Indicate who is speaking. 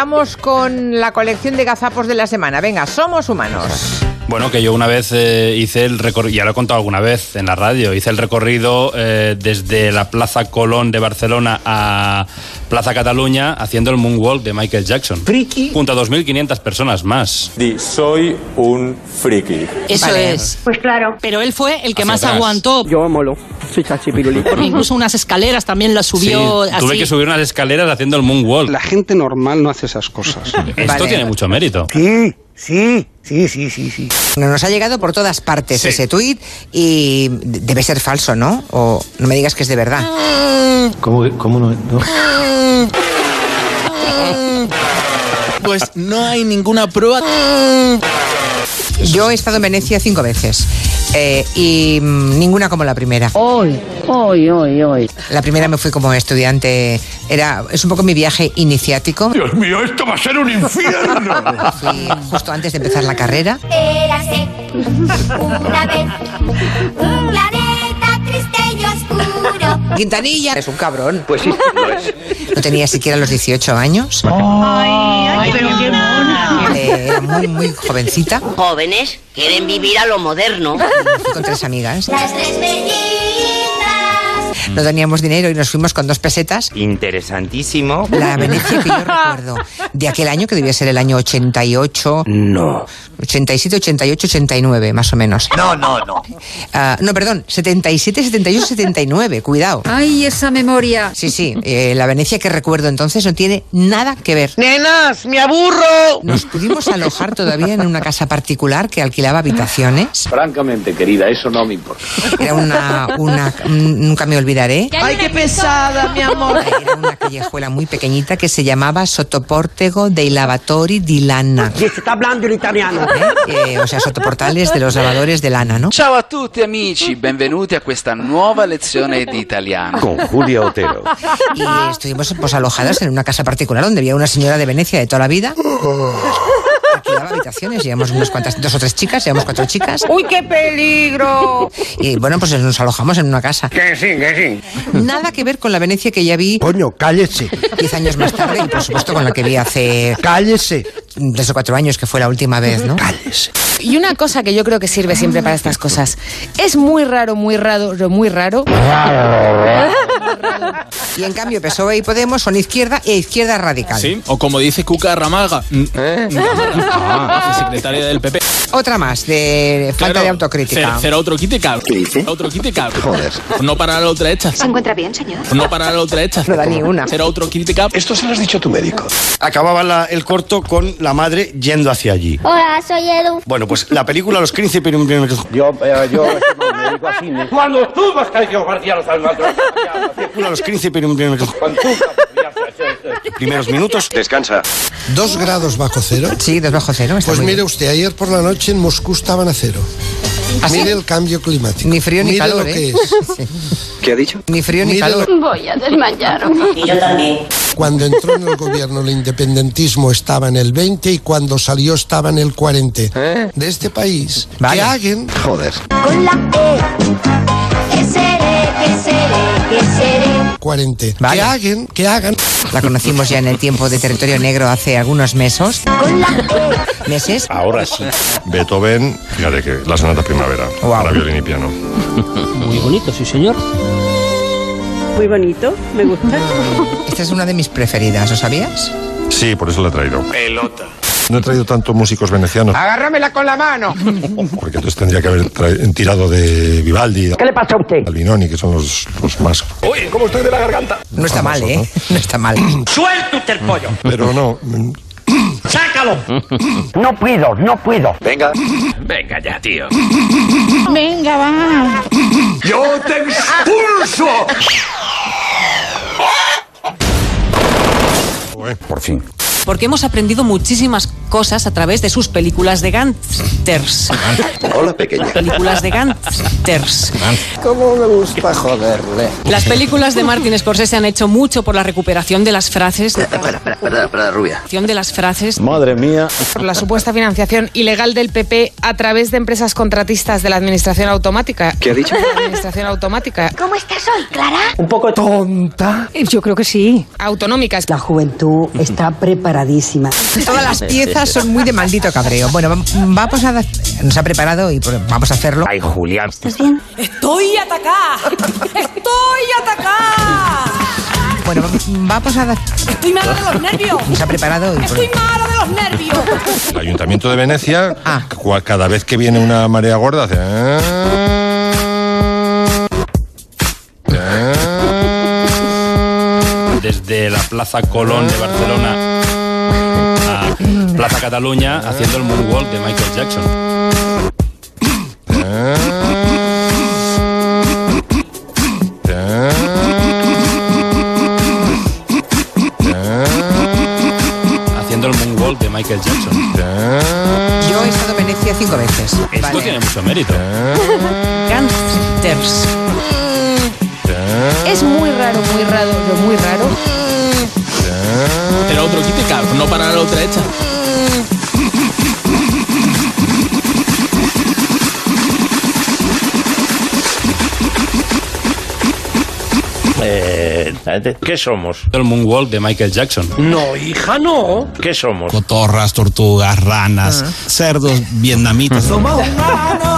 Speaker 1: Vamos con la colección de gazapos de la semana. Venga, somos humanos.
Speaker 2: Bueno, que yo una vez eh, hice el recorrido, ya lo he contado alguna vez en la radio, hice el recorrido eh, desde la Plaza Colón de Barcelona a Plaza Cataluña haciendo el moonwalk de Michael Jackson.
Speaker 3: Friki.
Speaker 2: Junto a 2.500 personas más.
Speaker 4: Di, soy un friki.
Speaker 5: Eso
Speaker 1: Vale.
Speaker 5: es.
Speaker 6: Pues claro.
Speaker 5: Pero él fue el que
Speaker 2: Hacia
Speaker 5: más
Speaker 2: atrás.
Speaker 5: aguantó,
Speaker 7: Yo molo, soy Chachi Piruli.
Speaker 5: porque incluso unas escaleras también las subió
Speaker 2: Sí,
Speaker 5: así.
Speaker 2: tuve que subir unas escaleras haciendo el moonwalk.
Speaker 8: La gente normal no hace esas cosas.
Speaker 2: Esto
Speaker 1: Vale.
Speaker 2: tiene mucho mérito.
Speaker 3: Sí, sí, sí, sí, sí, sí.
Speaker 9: Bueno, nos ha llegado por todas partes
Speaker 2: Sí.
Speaker 9: ese tuit y debe ser falso, ¿no? O no me digas que es de verdad.
Speaker 10: ¿Cómo, cómo no, no?
Speaker 11: Pues no hay ninguna prueba.
Speaker 9: Yo he estado en Venecia cinco veces eh, y mm, ninguna como la primera.
Speaker 6: Hoy, hoy, hoy, hoy.
Speaker 9: La primera me fui como estudiante, era es un poco mi viaje iniciático. Dios mío, esto va a ser un infierno. Fui justo antes de empezar la carrera.
Speaker 6: Érase una vez un planeta triste y oscuro.
Speaker 9: Quintanilla es un cabrón. Pues sí, No tenía siquiera los 18 años.
Speaker 6: Ay, pero qué mona.
Speaker 9: eh, era muy, muy jovencita.
Speaker 12: jóvenes quieren vivir a lo moderno.
Speaker 9: Fui con tres amigas.
Speaker 6: Las tres bellitas.
Speaker 9: No teníamos dinero y nos fuimos con dos pesetas.
Speaker 3: Interesantísimo.
Speaker 9: La Venecia que yo recuerdo de aquel año, que debía ser el año 88,
Speaker 3: No.
Speaker 9: 87, 88, 89, más o menos.
Speaker 3: No, no, no.
Speaker 9: Ah, no, perdón, 77, 78, 79, cuidado.
Speaker 12: Ay, esa memoria.
Speaker 9: Sí, sí, eh, la Venecia que recuerdo entonces no tiene nada que ver.
Speaker 3: Nenas, me aburro.
Speaker 9: Nos pudimos alojar todavía en una casa particular que alquilaba habitaciones.
Speaker 10: Francamente, querida, eso no me importa.
Speaker 9: Era una, una mm, nunca me olvidaré.
Speaker 1: Ay, qué pesada, mi amor.
Speaker 9: Era una callejuela muy pequeñita que se llamaba Sotoportego dei Lavatori di Lana.
Speaker 3: Y se está hablando en italiano.
Speaker 9: ¿eh? Eh, o sea, sotoportales de los lavadores de lana, ¿no?
Speaker 11: Ciao a tutti amici, benvenuti a questa nuova lezione di italiano.
Speaker 3: Con Julia Otero.
Speaker 9: Y estuvimos pues, alojadas en una casa particular donde había una señora de Venecia de toda la vida. Alquilaba habitaciones, llevamos unas cuantas, dos o tres chicas, llevamos cuatro chicas.
Speaker 1: Uy, qué peligro.
Speaker 9: Y bueno, pues nos alojamos en una casa.
Speaker 3: Que sí, que sí.
Speaker 9: Nada que ver con la Venecia que ya vi
Speaker 10: Coño, cállese,
Speaker 9: diez años más tarde y por supuesto con la que vi hace
Speaker 10: cállese.
Speaker 9: tres o cuatro años, que fue la última vez, ¿no?
Speaker 12: Y una cosa que yo creo que sirve siempre para estas cosas. Es muy raro, muy raro, muy raro.
Speaker 9: Y en cambio PSOE E y Podemos son izquierda e izquierda radical.
Speaker 11: Sí, o como dice Cuca Ramaga, "Mm". Ah, secretaria del PP.
Speaker 9: Otra más, de falta
Speaker 11: Claro,
Speaker 9: de autocrítica.
Speaker 11: Será otro quite cabrón. Otro quite cabrón. Joder. No para la otra hecha.
Speaker 6: ¿Se encuentra bien, señor?
Speaker 11: No para la otra hecha.
Speaker 9: No da ni una.
Speaker 11: Será otro quite cabrón.
Speaker 8: Esto se lo has dicho tu médico. Acababa la- el corto con la madre yendo hacia allí.
Speaker 6: Hola, soy Edu.
Speaker 8: Bueno, pues la película Los Príncipes...
Speaker 10: Yo, yo me dedico a cine.
Speaker 3: Cuando tú vas a yo, García los Almagros.
Speaker 8: película Los Príncipes... Primeros minutos. Descansa.
Speaker 10: ¿Dos grados bajo cero?
Speaker 9: Sí, dos bajo cero. está
Speaker 10: Pues
Speaker 9: muy
Speaker 10: mire
Speaker 9: bien.
Speaker 10: usted, ayer por la noche en Moscú estaban a cero.
Speaker 9: ¿Ah, sí?
Speaker 10: Mire el cambio climático.
Speaker 9: Ni frío ni
Speaker 10: Mire
Speaker 9: calor,
Speaker 10: lo
Speaker 9: ¿eh?
Speaker 10: que es.
Speaker 8: ¿Qué ha dicho?
Speaker 9: Ni frío ni
Speaker 10: Mire
Speaker 9: calor.
Speaker 10: lo-
Speaker 6: Voy a desmayarme.
Speaker 10: Cuando entró en el gobierno el independentismo estaba en el 20 y cuando salió estaba en el 40. De este país.
Speaker 9: Vale.
Speaker 10: Que hagan... Joder.
Speaker 6: Con la E. Que seré, que seré, que seré.
Speaker 10: 40.
Speaker 9: Vale.
Speaker 10: Que hagan, que hagan...
Speaker 9: La conocimos ya en el tiempo de territorio negro hace algunos meses.
Speaker 6: Con la E.
Speaker 9: Meses.
Speaker 4: Ahora sí. Beethoven, fíjate que la sonata primavera
Speaker 9: Wow.
Speaker 4: para violín y piano.
Speaker 7: Muy bonito, sí, señor.
Speaker 9: Esta es una de mis preferidas, ¿lo sabías?
Speaker 4: Sí, por eso la he traído. Pelota. No he traído tantos músicos venecianos
Speaker 3: Agárramela con la mano.
Speaker 4: porque entonces tendría que haber tra- tirado de Vivaldi,
Speaker 3: ¿Qué le pasa a usted?
Speaker 4: Albinoni, que son los, los más.
Speaker 9: No está mal, ¿eh? No está mal.
Speaker 3: Suelta usted el pollo.
Speaker 4: Pero no. mm,
Speaker 3: Sácalo. No puedo, no puedo.
Speaker 11: Venga ya, tío.
Speaker 3: Yo te expulso.
Speaker 4: eh, Por fin.
Speaker 5: Porque hemos aprendido muchísimas cosas a través de sus películas de gangsters.
Speaker 3: Hola, pequeña.
Speaker 5: Películas de gangsters.
Speaker 3: ¿Cómo me gusta joderle?
Speaker 5: Las películas de Martin Scorsese han hecho mucho por la recuperación de las frases.
Speaker 3: Espera, espera, espera, espera, rubia.
Speaker 5: de las frases.
Speaker 3: Madre mía.
Speaker 12: Por la supuesta financiación ilegal del PP a través de empresas contratistas de la Administración Automática.
Speaker 3: ¿Qué ha dicho?
Speaker 12: De la Administración Automática.
Speaker 6: ¿Cómo estás hoy, Clara?
Speaker 3: Un poco tonta.
Speaker 12: Yo creo que sí. Autonómicas.
Speaker 13: La juventud está preparadísima.
Speaker 9: Todas las piezas son muy de maldito cabreo. Bueno, vam- vamos a... Nos ha preparado y pues, vamos a hacerlo. Ay, Julián. ¿Estás bien?
Speaker 3: Estoy atacada. Estoy atacada.
Speaker 9: Bueno, vam- vamos a... Estoy
Speaker 3: mala de los nervios.
Speaker 9: Nos ha preparado y... pues,
Speaker 3: mala de los nervios.
Speaker 4: El Ayuntamiento de Venecia,
Speaker 9: ah,
Speaker 4: cua- cada vez que viene una marea gorda, hace... "Ah".
Speaker 2: Desde la Plaza Colón de Barcelona a Plaza Cataluña haciendo el moonwalk de Michael Jackson. Haciendo el moonwalk de Michael Jackson.
Speaker 9: Yo he estado en Venecia cinco veces.
Speaker 2: Esto tiene mucho mérito.
Speaker 5: Gangsters.
Speaker 12: Es muy raro, muy raro, pero muy raro.
Speaker 14: El otro quite, cabrón, no para la otra hecha.
Speaker 2: Eh, ¿Qué somos? El moonwalk de Michael Jackson. No, hija, no. ¿Qué somos?
Speaker 14: Ah.
Speaker 15: Cotorras, tortugas, ranas, cerdos vietnamitas.
Speaker 3: humanos.